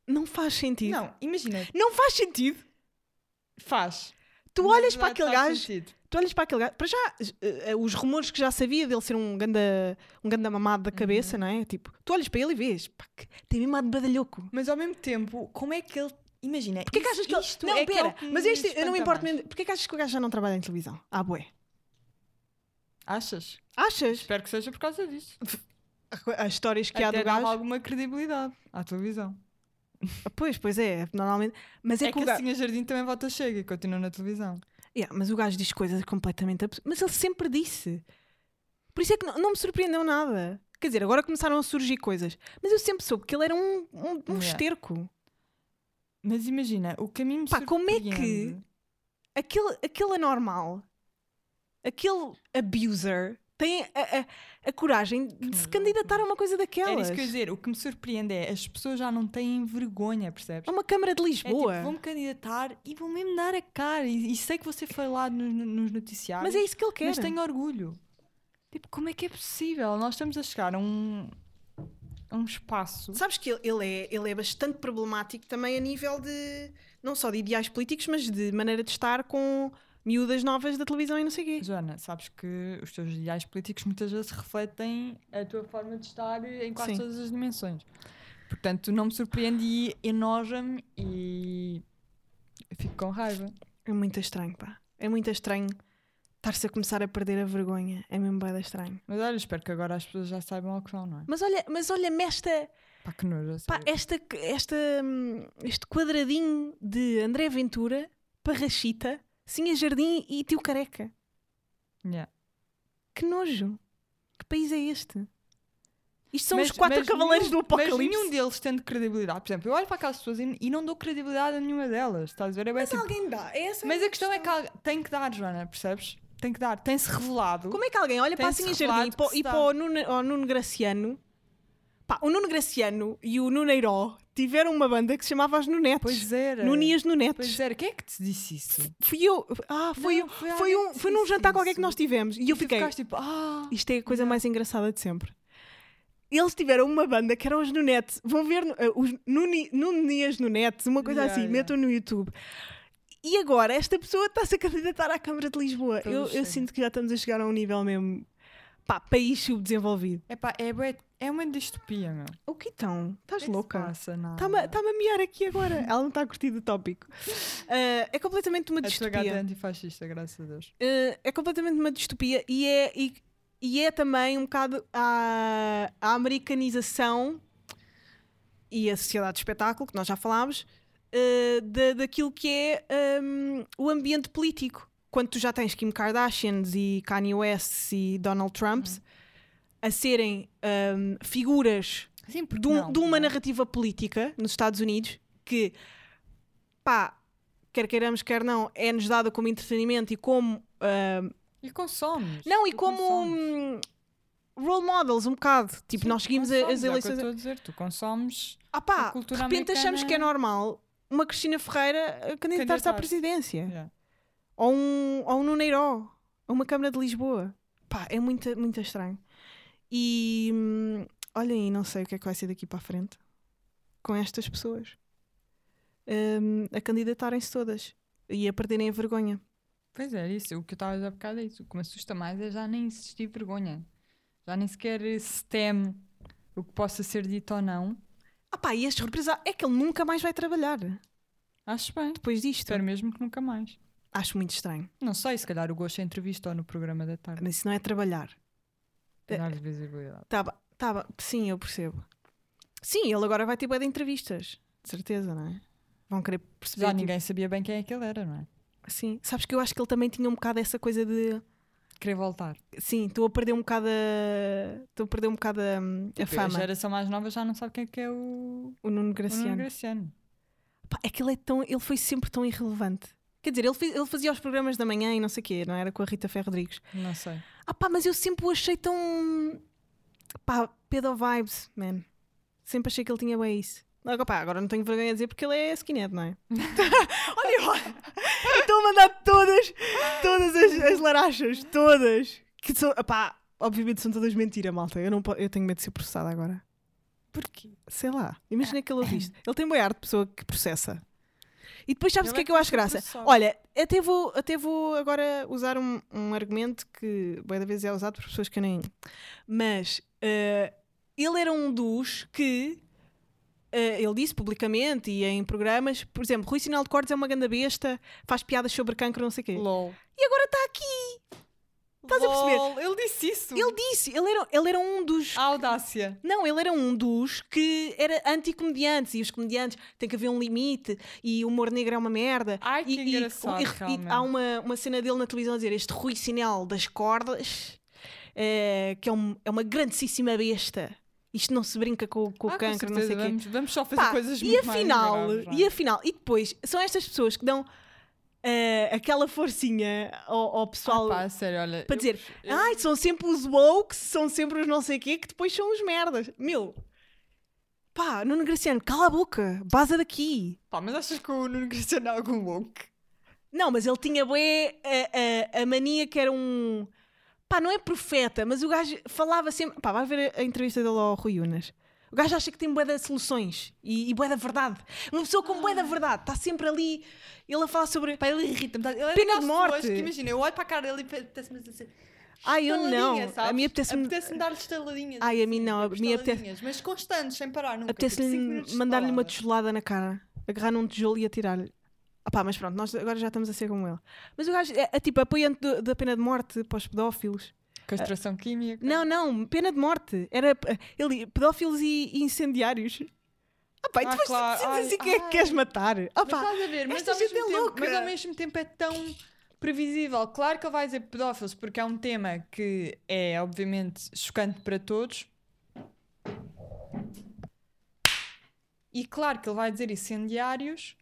S2: Não faz sentido.
S3: Não, imagina.
S2: Não faz sentido.
S3: Faz.
S2: Tu
S3: Mas
S2: olhas
S3: já
S2: para aquele
S3: faz
S2: gajo
S3: sentido.
S2: tu olhas para aquele gajo, para já, eh, eh, os rumores que já sabia dele ser um ganda, um ganda mamado da
S3: Uhum.
S2: cabeça, não é? Tipo, tu olhas para ele e vês, pá, que tem mesmo ar de badalhoco.
S3: Mas ao mesmo tempo, como é que ele. Imagina.
S2: Porquê que
S3: isso-
S2: achas que ele...
S3: isto
S2: Não,
S3: é que é o
S2: pera,
S3: que
S2: mas
S3: me
S2: este, eu não me
S3: espanta
S2: importo
S3: mais.
S2: mesmo... Porquê que achas que o gajo já não trabalha em televisão? Ah, bué.
S3: Achas?
S2: Achas?
S3: Espero que seja por causa disso.
S2: As histórias que há
S3: Até
S2: do
S3: dava
S2: gajo...
S3: alguma credibilidade à televisão.
S2: Ah, Pois, pois é, normalmente... Mas é,
S3: É
S2: que,
S3: que
S2: o gajo...
S3: assim a Jardim também volta chega e continua na televisão.
S2: Yeah, mas o gajo diz coisas completamente absurdas. Mas ele sempre disse. Por isso é que não, não me surpreendeu nada. Quer dizer, agora começaram a surgir coisas. Mas eu sempre soube que ele era um, um, um
S3: Yeah.
S2: esterco.
S3: Mas imagina, o caminho
S2: Pá, como é que-
S3: surpreende.
S2: aquele, aquele anormal, é aquele abuser, tem a, a- a coragem de se
S3: maluco.
S2: candidatar a uma coisa daquelas.
S3: Era isso que eu ia dizer. O que me surpreende é as pessoas já não têm vergonha, percebes?
S2: A uma Câmara de
S3: É tipo,
S2: Lisboa.
S3: vou-me candidatar e vou mesmo dar a cara. E, e sei que vou ser falado no- no- nos noticiários.
S2: mas é isso que ele quer.
S3: Mas tenho orgulho. Tipo, como é que é possível? Nós estamos a chegar a um, a um espaço.
S2: Sabes que ele, ele é, ele é bastante problemático também a nível de, não só de ideais políticos, mas de maneira de estar com miúdas novas da televisão e não sei o quê.
S3: Joana, sabes que os teus ideais políticos muitas vezes refletem a tua forma de estar em quase
S2: Sim.
S3: todas as dimensões. Portanto, não me surpreende e enoja-me e eu fico com raiva.
S2: É muito estranho, pá. É muito estranho estar-se a começar a perder a vergonha. É mesmo bada estranho.
S3: Mas olha, espero que agora as pessoas já saibam ao que vão, não é?
S2: Mas olha, mas olha-me esta...
S3: Pá, que nojo. a
S2: Pá,
S3: sério.
S2: esta, esta, hum, este quadradinho de André Ventura, Parrachita, Sinha Jardim e Tio Careca.
S3: Yeah.
S2: Que nojo. Que país é este? Isto são os
S3: Mas-
S2: quatro
S3: mas
S2: cavaleiros
S3: nenhum-
S2: do apocalipse.
S3: Mas nenhum deles tendo credibilidade. Por exemplo, eu olho para aquelas pessoas e, e não dou credibilidade a nenhuma delas. Estás a ver? É bué
S2: Mas
S3: tipo-
S2: alguém dá. É essa
S3: mas a questão é que al- tem que dar, Joana, percebes? Tem que dar. Tem-se revelado.
S2: Como é que alguém olha para a
S3: Tem-se
S2: Sinha Jardim e
S3: revelado
S2: para, o-
S3: que se
S2: e
S3: dá.
S2: para o, Nuno, ao Nuno Graciano? Pá, o Nuno Graciano e o Nuneiró, tiveram uma banda que se chamava As Nunetes.
S3: Pois era.
S2: Nunias Nunetes.
S3: Pois era. Quem é que te disse isso?
S2: Fui eu. Ah, foi,
S3: Não,
S2: eu-
S3: foi
S2: foi,
S3: alguém
S2: um,
S3: que
S2: foi num
S3: disse
S2: jantar qualquer
S3: isso.
S2: que nós tivemos. E eu
S3: tu
S2: fiquei.
S3: ficaste tipo, ah,
S2: Isto é a coisa mais engraçada de sempre. Eles tiveram uma banda que eram os Nunetes. Vão ver eh, os Nuni- Nunias Nunetes, uma coisa
S3: Yeah,
S2: assim,
S3: yeah.
S2: metam no YouTube. E agora, esta pessoa está-se a candidatar à Câmara de Lisboa. Eu,
S3: Estamos
S2: eu
S3: a-
S2: sinto que já estamos a chegar a um nível mesmo. Pá, país subdesenvolvido.
S3: Epá, é, bué- é uma distopia, meu.
S2: O que então? Estás
S3: O que é que se
S2: louca?
S3: passa? Nada.
S2: Está-me a- está-me a miar aqui agora. Ela não está a curtir do [laughs] tópico. Eh, é completamente uma
S3: A tua gata é
S2: distopia.
S3: antifascista, graças a Deus.
S2: Eh, é completamente uma distopia e é, e, e é também um bocado a, a americanização e a sociedade de espetáculo, que nós já falámos, eh, da- daquilo que é hum, o ambiente político. Quando tu já tens Kim Kardashians e Kanye West e Donald Trumps a serem hum, figuras
S3: Sim,
S2: de, um- de
S3: é?
S2: uma narrativa política nos Estados Unidos que, pá, quer queiramos, quer não, é-nos dada como entretenimento e como. ah,
S3: E consomes.
S2: não, e
S3: tu
S2: como.
S3: consomes.
S2: hum, role models, um bocado. Tipo,
S3: Sim,
S2: nós
S3: tu
S2: seguimos a-
S3: consomes,
S2: as
S3: é o que eu
S2: eleições.
S3: estou a dizer, tu consomes.
S2: Ah, pá,
S3: a
S2: de
S3: cultura
S2: repente achamos
S3: americana-
S2: que é normal uma Cristina Ferreira ah, candidatar-se à
S3: Candidatar-se.
S2: presidência.
S3: Yeah.
S2: Ou um, ou um Nuneiró. Ou uma Câmara de Lisboa. Pá, é muito, muito estranho. E. hum, olha aí, não sei o que é que vai ser daqui para a frente com estas pessoas Hum, a candidatarem-se todas e a perderem a vergonha.
S3: Pois é, isso. O que eu estava a dizer há bocado é isso. O que me assusta mais é já nem existir vergonha. Já nem sequer se teme o que possa ser dito ou não.
S2: Ah, pá, e este represar é que ele nunca mais vai trabalhar
S3: Acho bem.
S2: depois disto.
S3: Espero mesmo que nunca mais.
S2: Acho muito estranho.
S3: Não sei, se calhar o gosto é entrevista ou no programa da tarde.
S2: Mas isso não é trabalhar.
S3: Para dar visibilidade.
S2: Tá, ba- tá, ba- sim, eu percebo. Sim, ele agora vai ter bué de entrevistas, de certeza, não é? Vão querer perceber.
S3: Já
S2: tipo,
S3: ninguém sabia bem quem é que ele era, não é?
S2: Sim, sabes que eu acho que ele também tinha um bocado essa coisa de
S3: Querer voltar.
S2: sim, estou a perder um bocado a estou a perder um bocado a, a
S3: A
S2: fama.
S3: geração mais nova já não sabe quem é que é o,
S2: O Nuno
S3: o Nuno
S2: Graciano.
S3: Graciano.
S2: Pá, é que ele é tão, ele foi sempre tão irrelevante. Quer dizer, ele, fez- ele fazia os programas da manhã e não sei o quê, não era com a Rita Ferro Rodrigues.
S3: Não sei.
S2: Ah pá, mas eu sempre o achei tão pá, pedo vibes, man. Sempre achei que ele tinha bem isso. Logo, pá, agora não tenho vergonha de dizer porque ele é skinhead,
S3: [laughs]
S2: não é? Olha, olha. eu estou a mandar todas, todas as, as larachas, todas. Que são, ah pá, obviamente são todas mentira, malta. Eu, não, po- eu tenho medo de ser processada agora.
S3: Porquê?
S2: Sei lá, imagina que ele
S3: [coughs]
S2: ouve isto. Ele tem boa arte de pessoa que processa. E depois sabes
S3: Ele
S2: o que é
S3: é
S2: que eu acho
S3: que
S2: graça?
S3: processa.
S2: Olha, até vou, até vou agora usar um, um argumento que boa da vez é usado por pessoas que eu nem. Mas eh, ele era um dos que eh, ele disse publicamente e em programas, por exemplo, Rui Sinal de Cortes é uma ganda besta, faz piadas sobre cancro, não sei o quê.
S3: LOL.
S2: E agora está aqui! Estás a perceber?
S3: perceber? Ele disse isso.
S2: Ele disse, ele era, ele era um dos.
S3: A audácia.
S2: Não, ele era um dos que era anticomediantes e os comediantes têm que haver um limite e o humor negro é uma merda.
S3: Ai, que
S2: E- e-
S3: engraçado,
S2: e- e
S3: realmente.
S2: há um uma, uma cena dele na televisão a dizer este Rui Sinal das cordas eh, que é, um- é uma grandíssima besta. Isto não se brinca com, com
S3: Ah,
S2: o
S3: com
S2: cancro, não
S3: certeza,
S2: sei o quê.
S3: vamos, vamos só fazer
S2: Pá,
S3: coisas
S2: e
S3: muito mais
S2: afinal,
S3: graves, não é?
S2: e afinal, e depois são estas pessoas que dão eh, aquela forcinha ao, ao pessoal
S3: Ah, pá, sério, olha.
S2: para
S3: eu-
S2: dizer, ah?
S3: eu-
S2: ai, são sempre os woke, são sempre os não sei quê, que depois são os merdas. Meu, pá, Nuno Graciano, cala a boca, baza daqui.
S3: Pá, mas achas que o Nuno Cristiano é algum woke?
S2: Não, mas ele tinha bué a, a- a mania que era um... Pá, não é profeta, mas o gajo falava sempre... Pá, vai ver a, a entrevista dele ao Rui Unas. O gajo acha que tem bué de soluções e, e bué da verdade. Uma pessoa com bué da verdade, está sempre ali, ele a falar sobre...
S1: Ah. Pá, ele irrita-me. tá? Ele é
S2: Pena um
S1: daquelas
S2: de
S1: pessoas
S2: morte.
S1: que, imagina, eu olho para a cara dele e apetece-me assim.
S2: Ai, eu não,
S1: estaladinha,
S2: a mim
S1: é, sabes?
S2: apetece-me...
S1: Apetece-me um dar-lhe estaladinhas.
S2: Ai, a
S3: assim,
S2: mim não, a
S3: tipo
S2: mim apetece...
S1: estaladinhas, Mas constantes, sem parar nunca. tipo, cinco minutos
S2: Apetece-lhe
S1: de
S2: mandar-lhe uma
S1: estalada.
S2: tijolada na cara, agarrar num tijolo e atirar-lhe. Ah pá, mas pronto, nós agora já estamos a ser como ele. Mas o gajo é, é tipo apoiante do- da pena de morte para os pedófilos.
S3: Castração química.
S2: Não, não, pena de morte. Era eh, ele, pedófilos e, e incendiários. Ah pá, e
S3: Ah,
S2: depois
S3: claro.
S2: decides assim
S3: Ai,
S2: quem é que
S3: ai.
S2: queres matar. Ah
S1: Mas
S2: pá,
S1: estás a ver, mas
S2: esta
S1: ao,
S2: gente
S1: mesmo
S2: é
S1: tempo,
S2: louca.
S1: mas ao mesmo tempo é tão previsível.
S3: Claro que ele vai dizer pedófilos, porque é um tema que é, obviamente, chocante para todos. E claro que ele vai dizer incendiários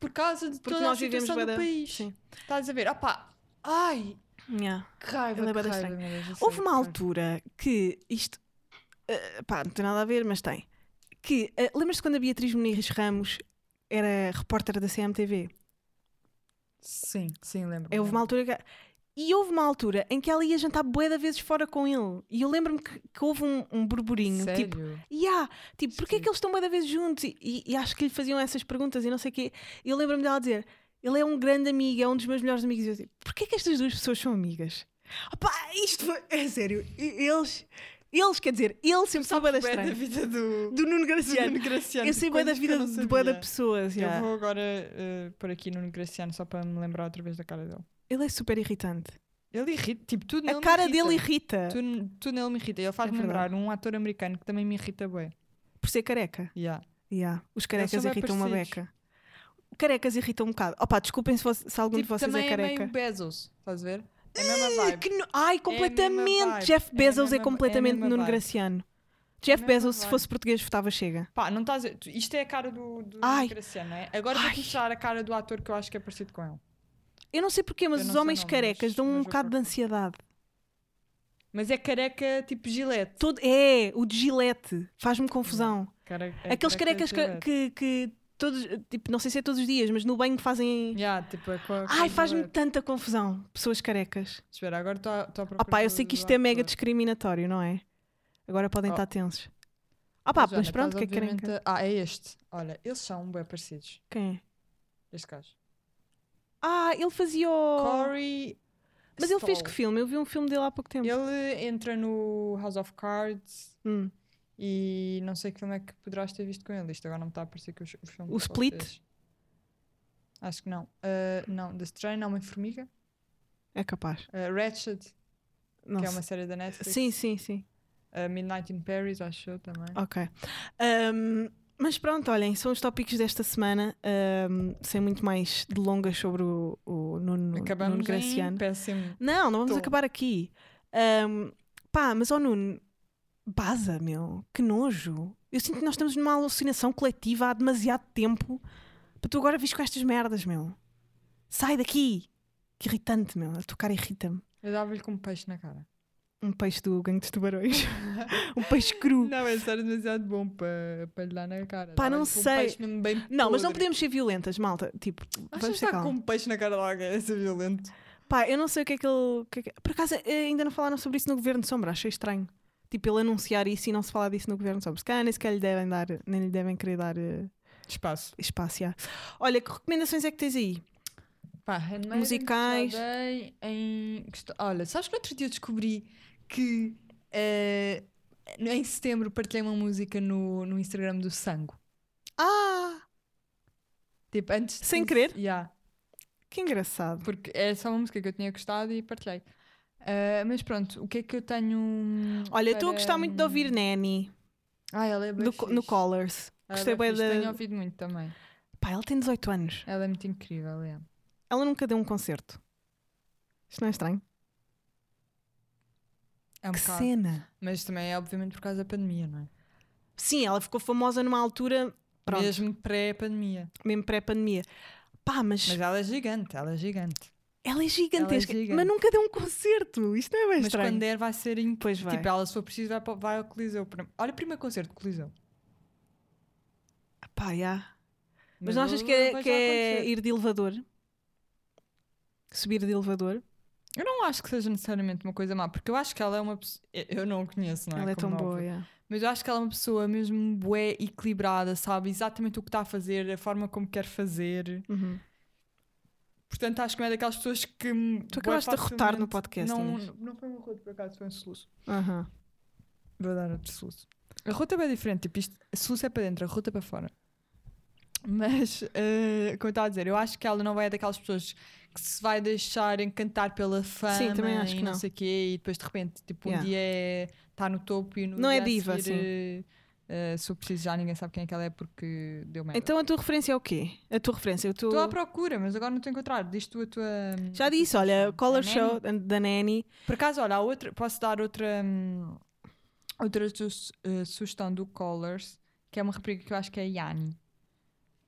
S3: por causa de
S2: Porque
S3: toda a
S2: nós vivemos
S3: situação
S2: bué
S3: do
S2: da-
S3: país.
S2: Sim.
S3: Estás a ver? Opa! Ai!
S2: yeah.
S1: Que raiva,
S2: Ele
S1: que
S2: é bué da
S1: raiva,
S2: estranha.
S1: meu Deus, eu sei,
S2: Houve uma
S1: claro.
S2: altura que isto. eh, pá, não tem nada a ver, mas tem. Que, ah, lembras-te quando a Beatriz Muniz Ramos era repórter da CMTV?
S3: Sim, sim, lembro.
S2: É, Houve uma altura que... E houve uma altura em que ela ia jantar bué de vezes fora com ele. E eu lembro-me que, que houve um, um burburinho,
S3: Sério?
S2: tipo, Yeah. Tipo, porquê é
S3: Esquisito.
S2: que eles estão bué da vez juntos? E, e- e acho que lhe faziam essas perguntas e não sei o quê. E eu lembro-me dela dizer, ele é um grande amigo, é um dos meus melhores amigos. E eu digo, porquê é que estas duas pessoas são amigas? Opá, isto foi- é sério. E- Eles, eles quer dizer, ele sempre soube bué da
S3: Bué da
S2: estranha.
S3: vida do,
S2: Do Nuno Graciano.
S3: Nuno Graciano.
S2: Eu sei bué da
S3: coisas que eu
S2: vida
S3: não
S2: de bué da
S3: sabia.
S2: pessoas. yeah.
S3: Eu vou agora eh, pôr aqui Nuno Graciano só para me lembrar outra vez da cara dele.
S2: Ele é super irritante.
S3: Ele irrita, tipo, tudo nele
S2: A cara
S3: me irrita.
S2: dele irrita.
S3: Tu, tu nele me irrita. Ele faz-me
S2: É verdade.
S3: lembrar um ator americano que também me irrita bem.
S2: Por ser careca.
S3: Yeah.
S2: Yeah. Os
S3: são
S2: carecas
S3: bué
S2: irritam uma
S3: parecidos.
S2: beca. Carecas irritam um bocado. Opá, desculpem se, vos- se algum
S3: Tipo,
S2: de vocês
S3: também
S2: é careca.
S3: meio Bezos, estás a ver? É a mesma vibe.
S2: Que no- Ai, completamente.
S3: vibe,
S2: Jeff
S3: é a
S2: Bezos é,
S3: mesma- é a
S2: completamente
S3: mesma
S2: Nuno
S3: vibe.
S2: Graciano.
S3: É a
S2: Jeff
S3: mesma
S2: Bezos, se
S3: vibe.
S2: fosse português, votava chega.
S3: Pá, não estás a... tu- Isto é a cara do, do
S2: Ai.
S3: Nuno Graciano, não é? Agora vou
S2: Ai.
S3: mostrar a cara do ator que eu acho que é parecido com ele.
S2: Eu não sei porquê, mas
S3: Eu não
S2: os
S3: sei
S2: homens
S3: não, mas-
S2: carecas dão um
S3: mas vou
S2: bocado de
S3: procurar.
S2: ansiedade.
S3: Mas é careca tipo gilete.
S2: Todo... É, o de gilete. Faz-me confusão.
S3: Cara, é
S2: Aqueles carecas que,
S3: gilete.
S2: que, que todos, tipo, não sei se é todos os dias, mas no banho fazem.
S3: Yeah, tipo, é com a- com a
S2: Ai, faz-me
S3: gilete.
S2: tanta confusão. Pessoas carecas.
S3: Espera, agora estou a procurar.
S2: Ah pá, eu sei que isto é mega discriminatório, não é? Agora podem
S3: Oh.
S2: estar tensos. Ah pá, mas pronto, que é careca.
S3: obviamente... Ah, é este. Olha, eles são bem parecidos.
S2: Quem é?
S3: Este gajo.
S2: Ah, ele fazia o...
S3: Corey.
S2: Mas ele fez
S3: Stoll.
S2: que filme? Eu vi um filme dele há pouco tempo.
S3: Ele entra no House of Cards
S2: Hum.
S3: e não sei que filme é que poderás ter visto com ele. Isto agora não me está a parecer que os, os filmes.
S2: O
S3: que ele
S2: Split?
S3: fez. Acho que não. Ah, não, The Strain, Homem-Formiga.
S2: É capaz.
S3: Ah, Ratched,
S2: Não
S3: que é
S2: sei.
S3: uma série da Netflix.
S2: Sim, Ah, sim, sim.
S3: Ah, Midnight in Paris, acho eu também.
S2: Ok. Ahm, mas pronto, olhem, são os tópicos desta semana, ahm, sem muito mais delongas sobre o, o Nuno, Nuno
S3: Acabamos
S2: Graciano.
S3: em péssimo.
S2: Não, não vamos
S3: Tô.
S2: acabar aqui. Ahm, pá, mas ó Nuno, baza, meu, que nojo. Eu sinto que nós estamos numa alucinação coletiva há demasiado tempo para tu agora vires com estas merdas, meu. Sai daqui! Que irritante, meu. A tua cara irrita-me.
S3: Eu dava-lhe com um peixe na cara.
S2: Um peixe do gangue dos
S3: [laughs]
S2: tubarões. um peixe cru.
S3: Não, esse era demasiado bom para pa lhe dar na cara.
S2: Pá, não
S3: Dava-lhe com um peixe
S2: sei.
S3: mesmo bem
S2: Não, mas
S3: podemos.
S2: não podemos ser violentas, malta. Tipo,
S3: Achas
S2: vamos
S3: que
S2: ser
S3: está com
S2: calma.
S3: um peixe na cara de alguém? Esse é violento.
S2: Pá, eu não sei o que é que ele. o que é que- Por acaso, eh, ainda não falaram sobre isso no Governo de Sombra, achei estranho. Tipo, ele anunciar isso e não se falar disso no Governo de Sombra. Se calhar nem sequer lhe devem dar, nem lhe devem querer dar eh,
S3: Espaço.
S2: espaço. já. Olha, que recomendações é que tens aí?
S3: Pá, Handmaiden
S2: Musicais.
S3: só dei Em... gosto- Olha, sabes que no outro dia eu descobri que eh, em setembro partilhei uma música no, no Instagram do Sango.
S2: Ah!
S3: Tipo, antes de-
S2: Sem querer?
S3: Yeah,
S2: Que engraçado.
S3: porque é só uma música que eu tinha gostado e partilhei. Eh, mas pronto, o que é que eu tenho.
S2: Olha, eu estou a
S3: para-
S2: gostar muito de ouvir Nanny
S3: Ah, ela é bem
S2: do,
S3: fixe.
S2: no Collars.
S3: Ela
S2: Gostei
S3: é bem
S2: bué
S3: fixe,
S2: da-
S3: Tenho ouvido muito também.
S2: Pá, ela tem 18 anos.
S3: Ela é muito incrível, é.
S2: Ela nunca deu um concerto. Isto não é estranho?
S3: É um
S2: que
S3: bocado.
S2: cena!
S3: Mas também é obviamente por causa da pandemia, não é?
S2: Sim, ela ficou famosa numa altura. Pronto, mesmo,
S3: Mesmo pré-pandemia.
S2: pré-pandemia. Pá,
S3: Mas ela é gigante, ela é gigante.
S2: Ela é gigantesca,
S3: gigante.
S2: mas nunca deu um concerto. Isto não é bem
S3: Mas
S2: estranho.
S3: quando der vai ser incrível.
S2: Pois vai.
S3: Tipo, ela se for preciso vai, pa- vai ao Coliseu. Prim- Olha, primeiro concerto do Coliseu.
S2: Pá, já. Mas não achas que é,
S3: vai
S2: que
S3: já
S2: é
S3: acontecer.
S2: ir de elevador? Subir de elevador?
S3: Eu não acho que seja necessariamente uma coisa má, porque eu acho que ela é uma pessoa... Eu não a conheço, não é?
S2: ela é
S3: Como
S2: tão
S3: óbvio.
S2: boa. já.
S3: Mas eu acho que ela é uma pessoa mesmo bué equilibrada, sabe? Exatamente o que está a fazer, a forma como quer fazer.
S2: Uhum.
S3: Portanto, acho que não é daquelas pessoas que...
S2: Tu acabaste de rotar no podcast,
S3: Não,
S2: Inês.
S3: não foi um roto, por acaso, foi um soluço.
S2: Aham.
S3: Vou dar outro soluço. A ruta é bem diferente, tipo, isto, soluço é para dentro, a ruta é para fora. Mas, [laughs] eh, como eu estava a dizer, eu acho que ela não é daquelas pessoas que se vai deixar encantar pela fama
S2: Sim, também acho
S3: e
S2: que
S3: não
S2: não.
S3: sei o quê, e depois de repente, tipo, um
S2: Yeah.
S3: dia é, está no topo e no
S2: Não
S3: dia
S2: é
S3: a
S2: diva,
S3: seguir, eh, eh, se eu preciso já, ninguém sabe quem é que ela é porque deu merda.
S2: Então a tua referência é o quê? A tua referência? Eu tô...
S3: Estou à procura, mas agora não estou a encontrar. Diz tu a tua.
S2: Já disse, olha, Color Show da Nanny.
S3: Por acaso, olha, há outra, posso dar outra, hum, outra su- eh, sugestão do Colors, que é uma rapariga que eu acho que é a Yanni,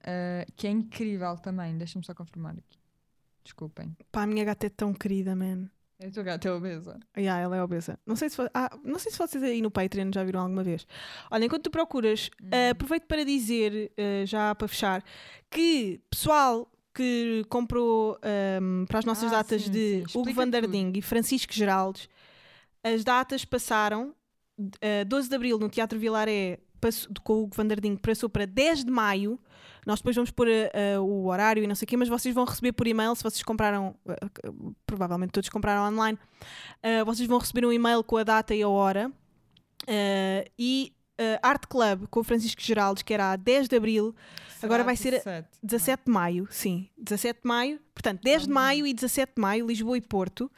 S3: eh, que é incrível também. Deixa-me só confirmar aqui. Desculpem.
S2: Pá, a minha gata é tão querida, man.
S3: A tua gata é obesa.
S2: Yeah, ela é obesa. Não sei, se vo- ah, não sei se vocês aí no Patreon já viram alguma vez. Olha, enquanto tu procuras,
S3: Hum.
S2: ah, aproveito para dizer, ah, já para fechar, que pessoal que comprou ahm, para as nossas
S3: Ah,
S2: datas
S3: sim, sim.
S2: de Hugo
S3: Explica
S2: Vandarding e Francisco Geraldes, as datas passaram de- ah, 12 de Abril no Teatro Vilaré passou- com o Hugo Vandarding passou para 10 de Maio nós depois vamos pôr eh, eh, o horário e não sei o quê, mas vocês vão receber por e-mail, se vocês compraram, eh, eh, provavelmente todos compraram online, eh, vocês vão receber um e-mail com a data e a hora. Eh, e eh, Art Club com o Francisco Geraldes, que era a 10 de Abril, Agora vai ser a-
S3: 17.
S2: 17 de Maio, sim, 17 de Maio, portanto, 10 de Maio e 17 de Maio, Lisboa e Porto.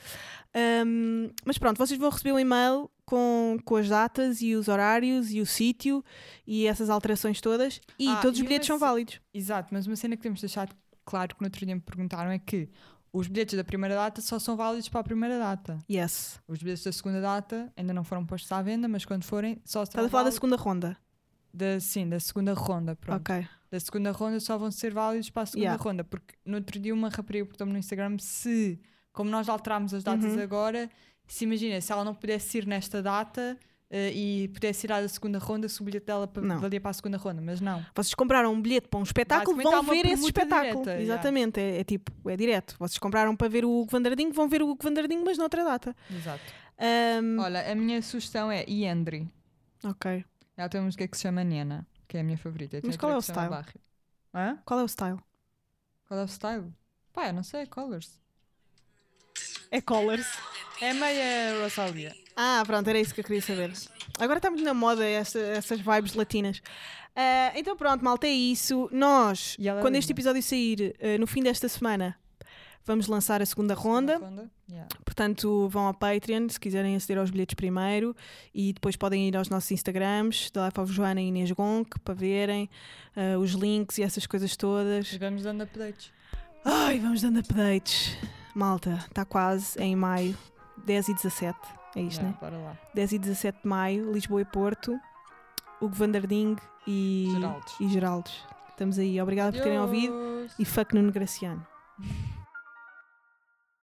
S2: Ahm, mas pronto, vocês vão receber um e-mail com, com as datas e os horários e o sítio e essas alterações todas e
S3: Ah,
S2: todos os
S3: e
S2: bilhetes
S3: uma
S2: são
S3: ce-
S2: válidos.
S3: Exato, mas uma cena que temos deixado claro que no outro dia me perguntaram é que os bilhetes da primeira data só são válidos para a primeira data.
S2: Yes.
S3: Os bilhetes da segunda data ainda não foram postos à venda, mas quando forem, só serão
S2: Estás a falar da
S3: válidos-
S2: segunda ronda?
S3: da- Sim, da segunda ronda, pronto.
S2: Ok.
S3: Da segunda ronda só vão ser válidos para a segunda
S2: Yeah.
S3: ronda, porque no outro dia uma rapariga perguntou-me no Instagram se, como nós alterámos as datas
S2: Uhum.
S3: agora, se imagina, se ela não pudesse ir nesta data eh, e pudesse ir à da segunda ronda, se o bilhete dela pa-
S2: Não.
S3: valia para a segunda ronda, mas não.
S2: Vocês compraram um bilhete para um espetáculo,
S3: Basicamente
S2: vão
S3: há uma
S2: ver esse
S3: permuta
S2: espetáculo.
S3: direta, yeah.
S2: Exatamente, é, é tipo, é direto. Vocês compraram para ver o Hugo Vandardinho, vão ver o Hugo Vandardinho, mas noutra data.
S3: Exato.
S2: Ahm,
S3: Hum. Olha, a minha sugestão é Iandri.
S2: ok.
S3: Ela tem uma música que se chama Nena, que é a minha favorita. E tem
S2: Mas qual
S3: outra
S2: é o
S3: que se chama Barrio. Hã?
S2: Qual é o style?
S3: Qual é o style? Pá, eu não sei, é Colors.
S2: É Colors.
S3: É meia Rosalia.
S2: Ah, pronto, era isso que eu queria saber. Agora está muito na moda essa- essas vibes latinas. Ah, então pronto, malta, é isso. Nós,
S3: E ela é
S2: quando este
S3: linda.
S2: episódio sair, eh, no fim desta semana, vamos lançar a segunda ronda.
S3: Yeah.
S2: Portanto, vão ao Patreon se quiserem aceder aos bilhetes primeiro e depois podem ir aos nossos Instagrams, da Life of Joana e Inês Gonk, para verem ah, os links e essas coisas
S3: E
S2: todas.
S3: vamos dando updates.
S2: Ai, vamos dando updates. Malta, está quase é em maio, 10 e 17. É isto,
S3: Yeah,
S2: né?
S3: Bora lá.
S2: 10 e 17 de maio, Lisboa e Porto, Hugo Vandarding e
S3: Geraldes.
S2: e Geraldes. Estamos aí. Obrigada por terem ouvido
S3: Adeus.
S2: e fuck Nuno Graciano. [laughs]